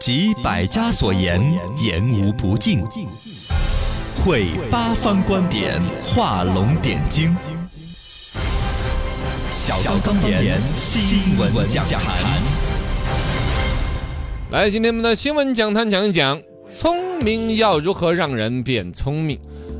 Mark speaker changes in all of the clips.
Speaker 1: 集百家所言，言无不尽；汇八方观点，画龙点睛。小刚言新闻讲坛，
Speaker 2: 来，今天我们的新闻讲坛讲一讲，聪明药如何让人变聪明。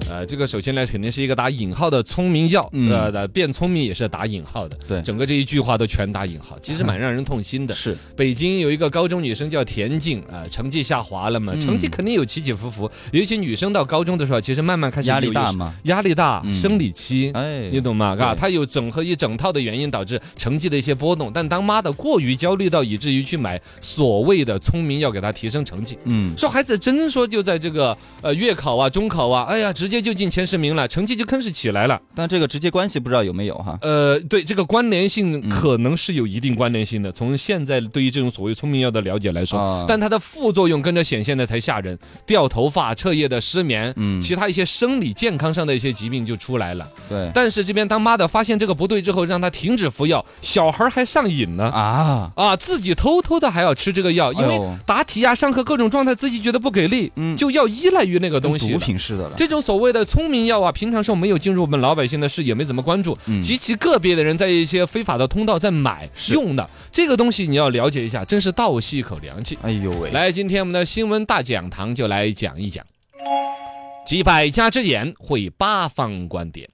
Speaker 2: 呃，这个首先呢，肯定是一个打引号的聪明药，
Speaker 3: 嗯
Speaker 2: 呃，呃变聪明也是打引号的。
Speaker 3: 对
Speaker 2: 整个这一句话都全打引号，其实蛮让人痛心的。
Speaker 3: 是，
Speaker 2: 北京有一个高中女生叫田静，呃，成绩下滑了嘛，
Speaker 3: 嗯
Speaker 2: 成绩肯定有起起伏伏。尤其女生到高中的时候，其实慢慢开始
Speaker 3: 压力
Speaker 2: 有
Speaker 3: 大嘛，
Speaker 2: 压力大，
Speaker 3: 嗯
Speaker 2: 生理期，
Speaker 3: 哎
Speaker 2: 你懂吗？啊，
Speaker 3: 对
Speaker 2: 它有整合一整套的原因导致成绩的一些波动，但当妈的过于焦虑到以至于去买所谓的聪明药给她提升成绩。
Speaker 3: 嗯，
Speaker 2: 说孩子真说就在这个呃月考啊、中考啊，哎呀，直接就进前十名了，成绩就吭哧起来了。
Speaker 3: 但这个直接关系不知道有没有哈，
Speaker 2: 呃，对这个关联性
Speaker 3: 嗯
Speaker 2: 可能是有一定关联性的。从现在对于这种所谓聪明药的了解来说，
Speaker 3: 啊
Speaker 2: 但它的副作用跟着显现的才吓人，掉头发、彻夜的失眠，
Speaker 3: 嗯，
Speaker 2: 其他一些生理健康上的一些疾病就出来了。
Speaker 3: 对
Speaker 2: 但是这边当妈的发现这个不对之后，让他停止服药，小孩还上瘾呢。
Speaker 3: 啊，
Speaker 2: 啊，自己偷偷的还要吃这个药，因
Speaker 3: 哎
Speaker 2: 为
Speaker 3: 呦
Speaker 2: 答题呀、上课各种状态自己觉得不给力，
Speaker 3: 嗯
Speaker 2: 就要依赖于那个
Speaker 3: 跟
Speaker 2: 东西
Speaker 3: 毒
Speaker 2: 了。
Speaker 3: 品啊似的了，
Speaker 2: 这种所谓的聪明药啊，平常时候没有进入我们老百姓的视野，没怎么关注。
Speaker 3: 嗯
Speaker 2: 极其个别的人在一些非法的通道在买
Speaker 3: 是
Speaker 2: 用的这个东西，你要了解一下，真是倒吸一口凉气。
Speaker 3: 哎呦喂，
Speaker 2: 来，今天我们的新闻大讲堂就来讲一讲，几百家之言汇八方观点。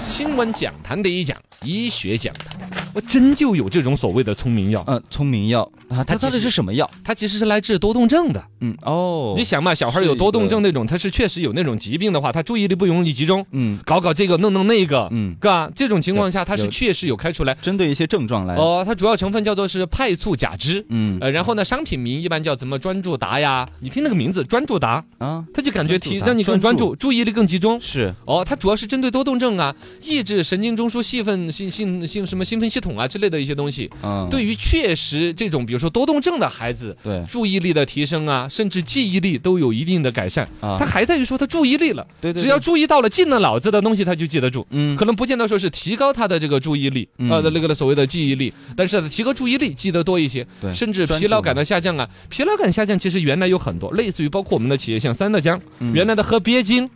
Speaker 2: 新闻讲坛的一讲，医学讲坛，我真就有这种所谓的聪明药，
Speaker 3: 呃，聪明药啊，它
Speaker 2: 它
Speaker 3: 到
Speaker 2: 其
Speaker 3: 底
Speaker 2: 实
Speaker 3: 是什么药？
Speaker 2: 它其实是来治多动症的。
Speaker 3: 嗯，哦，
Speaker 2: 你想嘛，小孩
Speaker 3: 是
Speaker 2: 有
Speaker 3: 一
Speaker 2: 多动
Speaker 3: 个
Speaker 2: 症那种，他是确实有那种疾病的话，他注意力不容易集中，
Speaker 3: 嗯
Speaker 2: 搞搞这个，弄弄那个，
Speaker 3: 嗯，
Speaker 2: 嘎，这种情况下，它是
Speaker 3: 有
Speaker 2: 确实有开出来。
Speaker 3: 针对一些症状来，
Speaker 2: 哦，它主要成分叫做是派醋甲酯。
Speaker 3: 嗯
Speaker 2: 呃，然后呢，商品名一般叫什么专注达呀？你听那个名字，专注达，
Speaker 3: 啊，
Speaker 2: 它就感觉
Speaker 3: 专注
Speaker 2: 提
Speaker 3: 达
Speaker 2: 让你更专
Speaker 3: 专注
Speaker 2: 注，注意力更集中。
Speaker 3: 是，
Speaker 2: 哦，它主要是针对多动症啊、抑制神经中枢兴奋性性性什么兴奋系统啊之类的一些东西。
Speaker 3: 嗯，
Speaker 2: 对于确实这种比如说多动症的孩子，
Speaker 3: 对
Speaker 2: 注意力的提升啊，甚至记忆力都有一定的改善。
Speaker 3: 啊
Speaker 2: 它，还在于说他注意力了，
Speaker 3: 对对，
Speaker 2: 只要
Speaker 3: 对
Speaker 2: 注意到了进了脑子的东西，他就记得住。
Speaker 3: 嗯
Speaker 2: 可能不见得说是提高他的这个注意力，
Speaker 3: 嗯
Speaker 2: 呃，那个所谓的记忆力，但是提高注意力记得多一些，
Speaker 3: 对
Speaker 2: 甚至
Speaker 3: 专
Speaker 2: 疲劳
Speaker 3: 注
Speaker 2: 感的下降啊，疲劳感下降其实原来有很多，类似于包括我们的企业像三乐江，
Speaker 3: 嗯
Speaker 2: 原来的喝鳖精、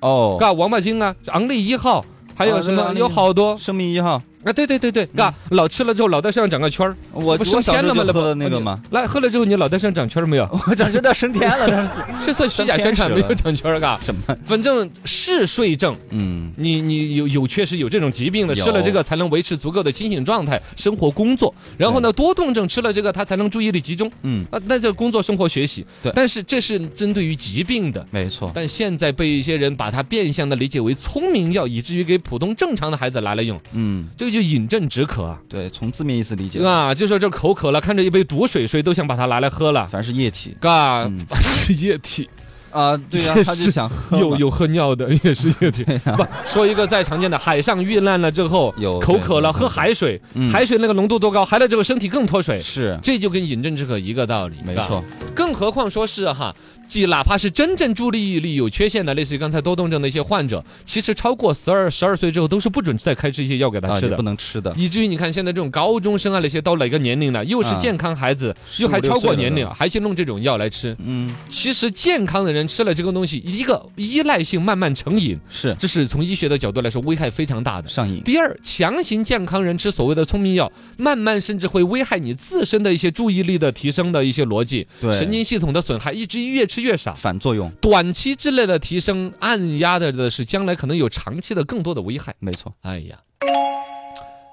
Speaker 3: 哦，
Speaker 2: 嘎王八精啊、昂立一号，还有
Speaker 3: 啊
Speaker 2: 什
Speaker 3: 对
Speaker 2: 么
Speaker 3: 昂立
Speaker 2: 有
Speaker 3: 一
Speaker 2: 好多
Speaker 3: 生命一号，
Speaker 2: 啊，对对对对，嘎老吃了之后脑袋上长个圈儿，
Speaker 3: 我
Speaker 2: 不
Speaker 3: 我
Speaker 2: 升
Speaker 3: 小时
Speaker 2: 天了
Speaker 3: 候
Speaker 2: 吗？
Speaker 3: 就
Speaker 2: 那不
Speaker 3: 喝了那 个吗？？哦
Speaker 2: 你来喝了之后你脑袋上长圈儿没有？
Speaker 3: 我早知道升天了，但 是
Speaker 2: 是算虚假宣 传没有长圈儿嘎？
Speaker 3: 什么？
Speaker 2: 反正嗜睡症。
Speaker 3: 嗯，
Speaker 2: 你你有有确实有这种疾病的，
Speaker 3: 有
Speaker 2: 吃了这个才能维持足够的清醒状态，生活工作。然后呢，多动症吃了这个，他才能注意力集中。
Speaker 3: 嗯
Speaker 2: 啊，那就工作、生活、学习。
Speaker 3: 对
Speaker 2: 但是这是针对于疾病的。
Speaker 3: 没错，
Speaker 2: 但现在被一些人把它变相的理解为聪明药，以至于给普通正常的孩子拿来用，
Speaker 3: 嗯，
Speaker 2: 这个就饮鸩止渴啊！
Speaker 3: 对，从字面意思理解，
Speaker 2: 啊，就说这口渴了，看着一杯毒水，谁都想把它拿来喝了。
Speaker 3: 凡是液体
Speaker 2: 嘎
Speaker 3: 嗯，
Speaker 2: 是液体，
Speaker 3: 啊，对呀
Speaker 2: 确，
Speaker 3: 他
Speaker 2: 实
Speaker 3: 就想喝
Speaker 2: 有
Speaker 3: 嘛
Speaker 2: 有喝尿的，也是 液体。不说一个再常见的，海上遇难了之后，
Speaker 3: 有
Speaker 2: 口
Speaker 3: 对
Speaker 2: 渴了
Speaker 3: 有
Speaker 2: 喝海水，
Speaker 3: 嗯
Speaker 2: 海水那个浓度多高，含了之后身体更脱水，
Speaker 3: 是
Speaker 2: 这就跟饮鸩止渴一个道理，
Speaker 3: 没
Speaker 2: 嘎
Speaker 3: 错。，
Speaker 2: 更何况说是哈，即哪怕是真正注意力有缺陷的，类似于刚才多动症的一些患者，其实超过十二十二岁之后都是不准再开这些药给他
Speaker 3: 啊
Speaker 2: 吃
Speaker 3: 也
Speaker 2: 的
Speaker 3: 不。能吃的，
Speaker 2: 以至于你看现在这种高中生啊那些到哪个年龄了，又是
Speaker 3: 啊
Speaker 2: 健康孩子，又还超过年龄，
Speaker 3: 15-16
Speaker 2: 还去弄这种药来吃。
Speaker 3: 嗯，
Speaker 2: 其实健康的人吃了这个东西，一个依赖性慢慢成瘾，
Speaker 3: 是
Speaker 2: 这是从医学的角度来说危害非常大的。
Speaker 3: 上瘾，
Speaker 2: 第二，强行健康人吃所谓的聪明药，慢慢甚至会危害你自身的一些注意力的提升的一些逻辑，
Speaker 3: 对，
Speaker 2: 神经系统的损害，一直越吃越少。
Speaker 3: 反作用，
Speaker 2: 短期之内的提升，按压的的是将来可能有长期的更多的危害。
Speaker 3: 没错，
Speaker 2: 哎呀，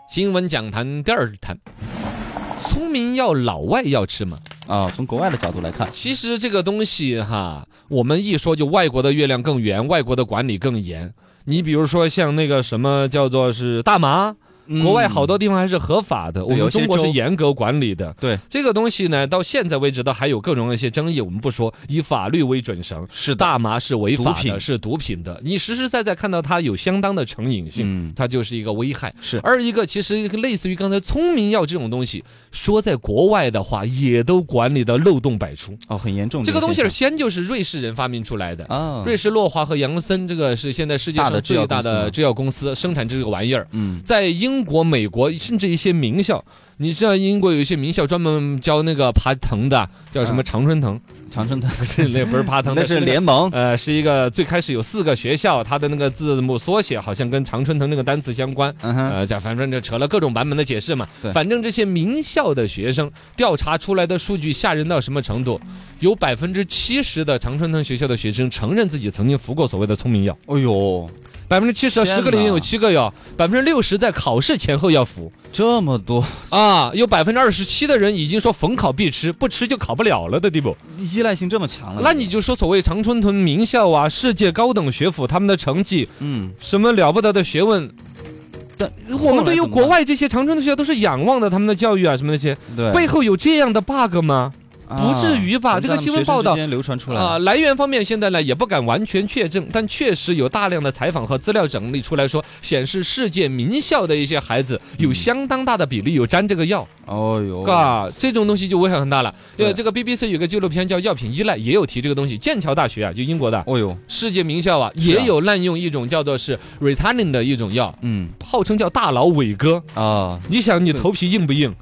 Speaker 2: 新闻讲坛第二谈，聪明药老外要吃吗？
Speaker 3: 啊，从国外的角度来看，
Speaker 2: 其实这个东西哈，我们一说就外国的月亮更圆，外国的管理更严。你比如说像那个什么叫做是大麻，
Speaker 3: 嗯
Speaker 2: 国外好多地方还是合法的，我
Speaker 3: 有
Speaker 2: 们
Speaker 3: 一些
Speaker 2: 中国是
Speaker 3: 州
Speaker 2: 严格管理的。
Speaker 3: 对
Speaker 2: 这个东西呢，到现在为止都还有各种一些争议，我们不说，以法律为准绳。
Speaker 3: 是的，
Speaker 2: 大麻是违法
Speaker 3: 毒
Speaker 2: 的，
Speaker 3: 品
Speaker 2: 是毒品的。你实实在在看到它有相当的成瘾性，
Speaker 3: 嗯，
Speaker 2: 它就是一个危害。
Speaker 3: 是
Speaker 2: 二一个，其实类似于刚才聪明药这种东西，说在国外的话，也都管理的漏洞百出。
Speaker 3: 哦，很严重的
Speaker 2: 这
Speaker 3: 一
Speaker 2: 个东西
Speaker 3: 现
Speaker 2: 儿
Speaker 3: 象
Speaker 2: 先就是瑞士人发明出来的。
Speaker 3: 啊，
Speaker 2: 瑞士洛华和杨森，这个是现在世界
Speaker 3: 大
Speaker 2: 上
Speaker 3: 的制
Speaker 2: 最
Speaker 3: 药
Speaker 2: 大
Speaker 3: 公司
Speaker 2: 的
Speaker 3: 吗
Speaker 2: 制药公司，生产这个玩意儿。
Speaker 3: 嗯，
Speaker 2: 在英英国、美国，甚至一些名校，你知道英国有一些名校专门教那个爬藤的，叫什么
Speaker 3: 嗯
Speaker 2: 常春藤，
Speaker 3: 长春的，
Speaker 2: 不是那不是爬藤的，
Speaker 3: 那是
Speaker 2: 个
Speaker 3: 联盟，
Speaker 2: 呃，是一个最开始有四个学校，它的那个字母缩写好像跟常春藤那个单词相关。
Speaker 3: 嗯哼，
Speaker 2: 呃，这反正就扯了各种版本的解释嘛
Speaker 3: 对。
Speaker 2: 反正这些名校的学生调查出来的数据吓人到什么程度？有百分之七十的常春藤学校的学生承认自己曾经服过所谓的聪明药，
Speaker 3: 哎呦，
Speaker 2: 百分之七十，
Speaker 3: 天
Speaker 2: 十个里面有
Speaker 3: 哪
Speaker 2: 七个药，百分之六十在考试前后要服
Speaker 3: 这么多，
Speaker 2: 啊，有百分之二十七的人已经说逢考必吃，不吃就考不了了的地步。
Speaker 3: 依赖性这么强了，
Speaker 2: 那你就说所谓常春藤名校啊，世界高等学府他们的成绩。
Speaker 3: 嗯，
Speaker 2: 什么了不得的学问。
Speaker 3: 但
Speaker 2: 我们对于
Speaker 3: 后来怎么办
Speaker 2: 国外这些长春的学校都是仰望的，他们的教育啊什么那些，
Speaker 3: 对，
Speaker 2: 背后有这样的 bug 吗？不至于吧
Speaker 3: 啊
Speaker 2: 这个
Speaker 3: 咱们
Speaker 2: 新闻
Speaker 3: 学生
Speaker 2: 报道
Speaker 3: 之间流传出来
Speaker 2: 啊，来源方面现在呢也不敢完全确证，但确实有大量的采访和资料整理出来说，显示世界名校的一些孩子有
Speaker 3: 嗯
Speaker 2: 相当大的比例有沾这个药，
Speaker 3: 哦呦，
Speaker 2: 啊，这种东西就危害很大了。呃，
Speaker 3: 对
Speaker 2: 这个 BBC 有个纪录片叫《药品依赖》，也有提这个东西。剑桥大学啊，就英国的
Speaker 3: 哦呦，
Speaker 2: 世界名校啊，
Speaker 3: 是啊
Speaker 2: 也有滥用一种叫做是 Ritalin 的一种药，
Speaker 3: 嗯
Speaker 2: 号称叫大佬伟哥。
Speaker 3: 啊，
Speaker 2: 你想你头皮硬不 硬？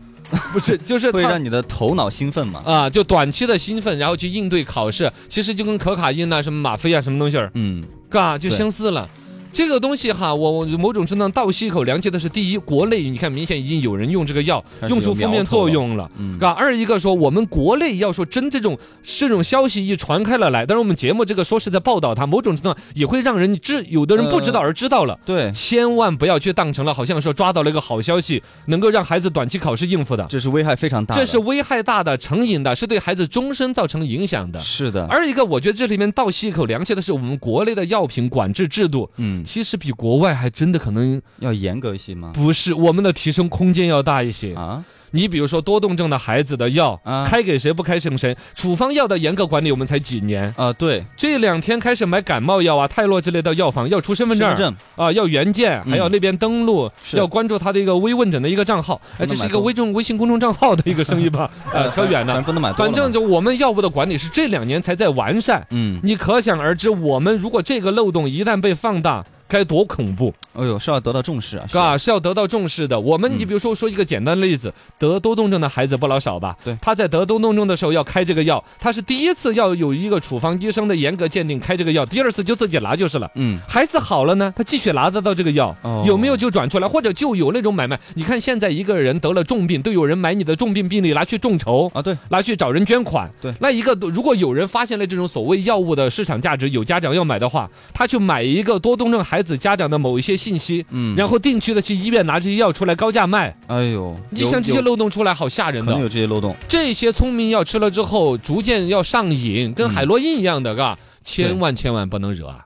Speaker 2: 不是，就是
Speaker 3: 会
Speaker 2: 他
Speaker 3: 让你的头脑兴奋嘛？
Speaker 2: 啊，就短期的兴奋，然后去应对考试，其实就跟可卡因呐、什么吗啡啊、什么东西儿，
Speaker 3: 嗯，
Speaker 2: 嘎，就
Speaker 3: 对
Speaker 2: 相似了。这个东西哈，我我某种程度上倒吸一口凉气的是，第一，国内你看明显已经有人用这个药，
Speaker 3: 开始
Speaker 2: 用出
Speaker 3: 有
Speaker 2: 负
Speaker 3: 苗
Speaker 2: 面
Speaker 3: 头
Speaker 2: 作
Speaker 3: 了
Speaker 2: 用了。
Speaker 3: 嗯，
Speaker 2: 嘎，二一个说我们国内要说真这种这种消息一传开了来，但是我们节目这个说是在报道它，某种程度上也会让人知有的人不知道
Speaker 3: 嗯
Speaker 2: 而知道了，
Speaker 3: 对，
Speaker 2: 千万不要去当成了好像说抓到了一个好消息，能够让孩子短期考试应付的，
Speaker 3: 这是危害非常大的，
Speaker 2: 这是危害大的、成瘾的，是对孩子终身造成影响的。
Speaker 3: 是的，
Speaker 2: 而一个，我觉得这里面倒吸一口凉气的是，我们国内的药品管制制度
Speaker 3: 嗯，
Speaker 2: 其实比国外还真的可能
Speaker 3: 要严格一些吗？
Speaker 2: 不是我们的提升空间要大一些。
Speaker 3: 啊，
Speaker 2: 你比如说多动症的孩子的药，
Speaker 3: 啊
Speaker 2: 开给谁不开省谁，处方药的严格管理我们才几年。
Speaker 3: 啊，对，
Speaker 2: 这两天开始买感冒药啊、泰洛之类的药房要出身份证
Speaker 3: 身份
Speaker 2: 儿
Speaker 3: 证嗯
Speaker 2: 啊，要原件，还要那边登录，
Speaker 3: 是
Speaker 2: 要关注他的一个微问诊的一个账号。哎，
Speaker 3: 能
Speaker 2: 这是一
Speaker 3: 买
Speaker 2: 个
Speaker 3: 多
Speaker 2: 微众微信公众账号的一个生意 吧？啊，扯远
Speaker 3: 咱
Speaker 2: 了。
Speaker 3: 不能买多
Speaker 2: 反
Speaker 3: 了嘛，
Speaker 2: 正就我们药物的管理是这两年才在完善，
Speaker 3: 嗯，
Speaker 2: 你可想而知，我们如果这个漏洞一旦被放大，该多恐怖！
Speaker 3: 哎呦，是要得到重视啊，是
Speaker 2: 啊，是要得到重视的。我们，你
Speaker 3: 嗯
Speaker 2: 比如说说一个简单的例子，得多动症的孩子不老少吧？
Speaker 3: 对
Speaker 2: 他在得多动症的时候要开这个药，他是第一次要有一个处方医生的严格鉴定开这个药，第二次就自己拿就是了。
Speaker 3: 嗯，
Speaker 2: 孩子好了呢，他继续拿得到这个药，
Speaker 3: 哦
Speaker 2: 有没有就转出来，或者就有那种买卖。你看现在一个人得了重病，都有人买你的重病病例拿去众筹，
Speaker 3: 啊，对，
Speaker 2: 拿去找人捐款。
Speaker 3: 对
Speaker 2: 那一个如果有人发现了这种所谓药物的市场价值，有家长要买的话，他去买一个多动症孩子家长的某一些信息，
Speaker 3: 嗯，
Speaker 2: 然后定期的去医院拿这些药出来高价卖。
Speaker 3: 哎呦，
Speaker 2: 你
Speaker 3: 有
Speaker 2: 想这些
Speaker 3: 有
Speaker 2: 漏洞出来，好吓人
Speaker 3: 可能
Speaker 2: 的。
Speaker 3: 有这些漏洞，
Speaker 2: 这些聪明药吃了之后，逐渐要上瘾，跟
Speaker 3: 嗯
Speaker 2: 海洛因一样的，嘎，千万千万不能惹啊！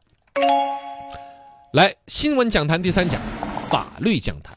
Speaker 2: 来，新闻讲坛第三讲，法律讲坛。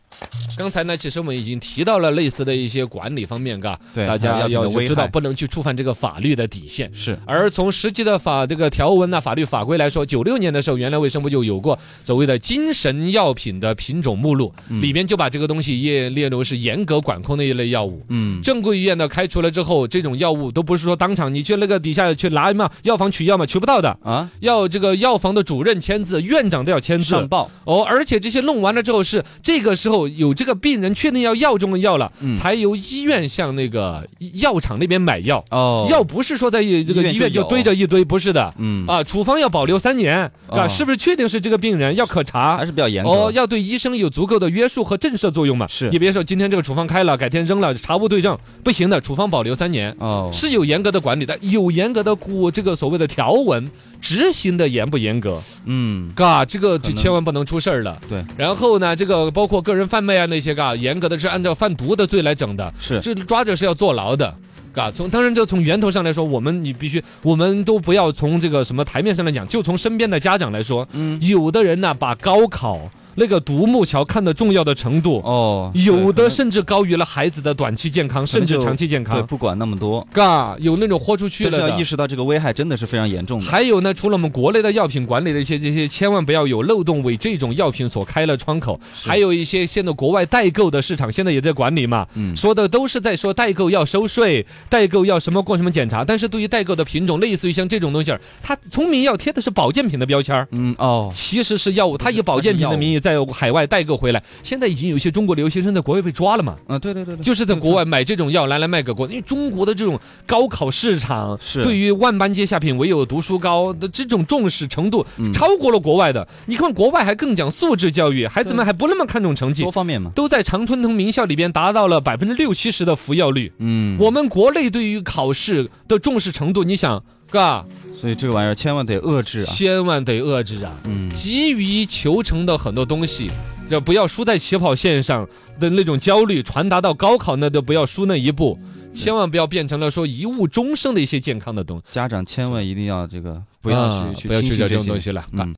Speaker 2: 刚才呢，其实我们已经提到了类似的一些管理方面，嘎，
Speaker 3: 对
Speaker 2: 大
Speaker 3: 还
Speaker 2: 家
Speaker 3: 有药
Speaker 2: 要
Speaker 3: 品的危
Speaker 2: 知道
Speaker 3: 害
Speaker 2: 不能去触犯这个法律的底线。
Speaker 3: 是，
Speaker 2: 而从实际的法这个条文呢、法律法规来说，九六年的时候，原来卫生部就有过所谓的精神药品的品种目录，
Speaker 3: 嗯
Speaker 2: 里面就把这个东西列列入是严格管控的一类药物。
Speaker 3: 嗯，
Speaker 2: 正规医院呢开除了之后，这种药物都不是说当场你去那个底下去拿嘛，药房取药嘛，取不到的，
Speaker 3: 啊，
Speaker 2: 要这个药房的主任签字，院长都要签
Speaker 3: 上
Speaker 2: 字。
Speaker 3: 报，
Speaker 2: 哦，而且这些弄完了之后是这个时候有这个病人确定要药中的药了，
Speaker 3: 嗯
Speaker 2: 才由医院向那个药厂那边买药。
Speaker 3: 哦，
Speaker 2: 药，不是说在一这
Speaker 3: 医
Speaker 2: 个
Speaker 3: 院
Speaker 2: 医
Speaker 3: 就
Speaker 2: 院就
Speaker 3: 有
Speaker 2: 堆着一堆，不是的。
Speaker 3: 嗯，
Speaker 2: 啊，处方要保留三年，啊，
Speaker 3: 哦
Speaker 2: 是不是确定是这个病人要可查
Speaker 3: 还？是比较严格，
Speaker 2: 哦，要对医生有足够的约束和震慑作用嘛？
Speaker 3: 是
Speaker 2: 你别说今天这个处方开了，改天扔了，查无对证，不行的，处方保留三年，
Speaker 3: 哦，
Speaker 2: 是有严格的管理的，有严格的古这个所谓的条文，执行的严不严格？
Speaker 3: 嗯，
Speaker 2: 嘎，这个就
Speaker 3: 可能
Speaker 2: 千万不能出事儿了。
Speaker 3: 对，
Speaker 2: 然后呢，这个包括个人贩卖啊那些，嘎，严格的是按照贩毒的罪来整的，
Speaker 3: 是，
Speaker 2: 这抓着是要坐牢的。啊，从当然这从源头上来说，我们你必须，我们都不要从这个什么台面上来讲，就从身边的家长来说，
Speaker 3: 嗯，
Speaker 2: 有的人呢、把高考那个独木桥看得重要的程度，
Speaker 3: 哦，
Speaker 2: 有
Speaker 3: 对
Speaker 2: 的甚至高于了孩子的短期健康，甚至
Speaker 3: 就
Speaker 2: 长期健
Speaker 3: 可能对
Speaker 2: 康。
Speaker 3: 不管那么多，
Speaker 2: 嘎，有那种豁出去
Speaker 3: 但
Speaker 2: 了
Speaker 3: 是要意
Speaker 2: 的。
Speaker 3: 识到这个危害真的是非常严重的，
Speaker 2: 还有呢，除了我们国内的药品管理的一些这些，千万不要有漏洞为这种药品所开了窗口。
Speaker 3: 是
Speaker 2: 还有一些现在国外代购的市场，现在也在管理嘛。
Speaker 3: 嗯，
Speaker 2: 说的都是在说代购要收税，代购要什么过什么检查，但是对于代购的品种，类似于像这种东西儿，它聪明药贴的是保健品的标签儿，
Speaker 3: 嗯，哦，
Speaker 2: 其实是药物，它以保健品的名义在海外代购回来。现在已经有一些中国留学生在国外被抓了嘛，
Speaker 3: 啊，对对对对，
Speaker 2: 就是在国外买这种药拿来卖给国，因为中国的这种高考市场
Speaker 3: 是
Speaker 2: 对于万般皆下品，唯有读书高的这种重视程度
Speaker 3: 嗯
Speaker 2: 超过了国外的。你看国外还更讲素质教育，孩子们还不那么看重成绩
Speaker 3: 多，方面嘛。
Speaker 2: 都在常春藤名校里边达到了百分之六七十的服药率。
Speaker 3: 嗯，
Speaker 2: 我们国内对于考试的重视程度，你想，嘎，
Speaker 3: 所以这个玩意儿千万得遏制啊。
Speaker 2: 千万得遏制啊！
Speaker 3: 嗯，
Speaker 2: 急于求成的很多东西，就不要输在起跑线上的那种焦虑，传达到高考那就不要输那一步，千万不要变成了说一误终生的一些健康的东西，
Speaker 3: 家长千万一定要这个不要
Speaker 2: 啊
Speaker 3: 去去
Speaker 2: 不要
Speaker 3: 轻
Speaker 2: 去
Speaker 3: 信
Speaker 2: 找这
Speaker 3: 这
Speaker 2: 种
Speaker 3: 些
Speaker 2: 东西了。
Speaker 3: 嗯。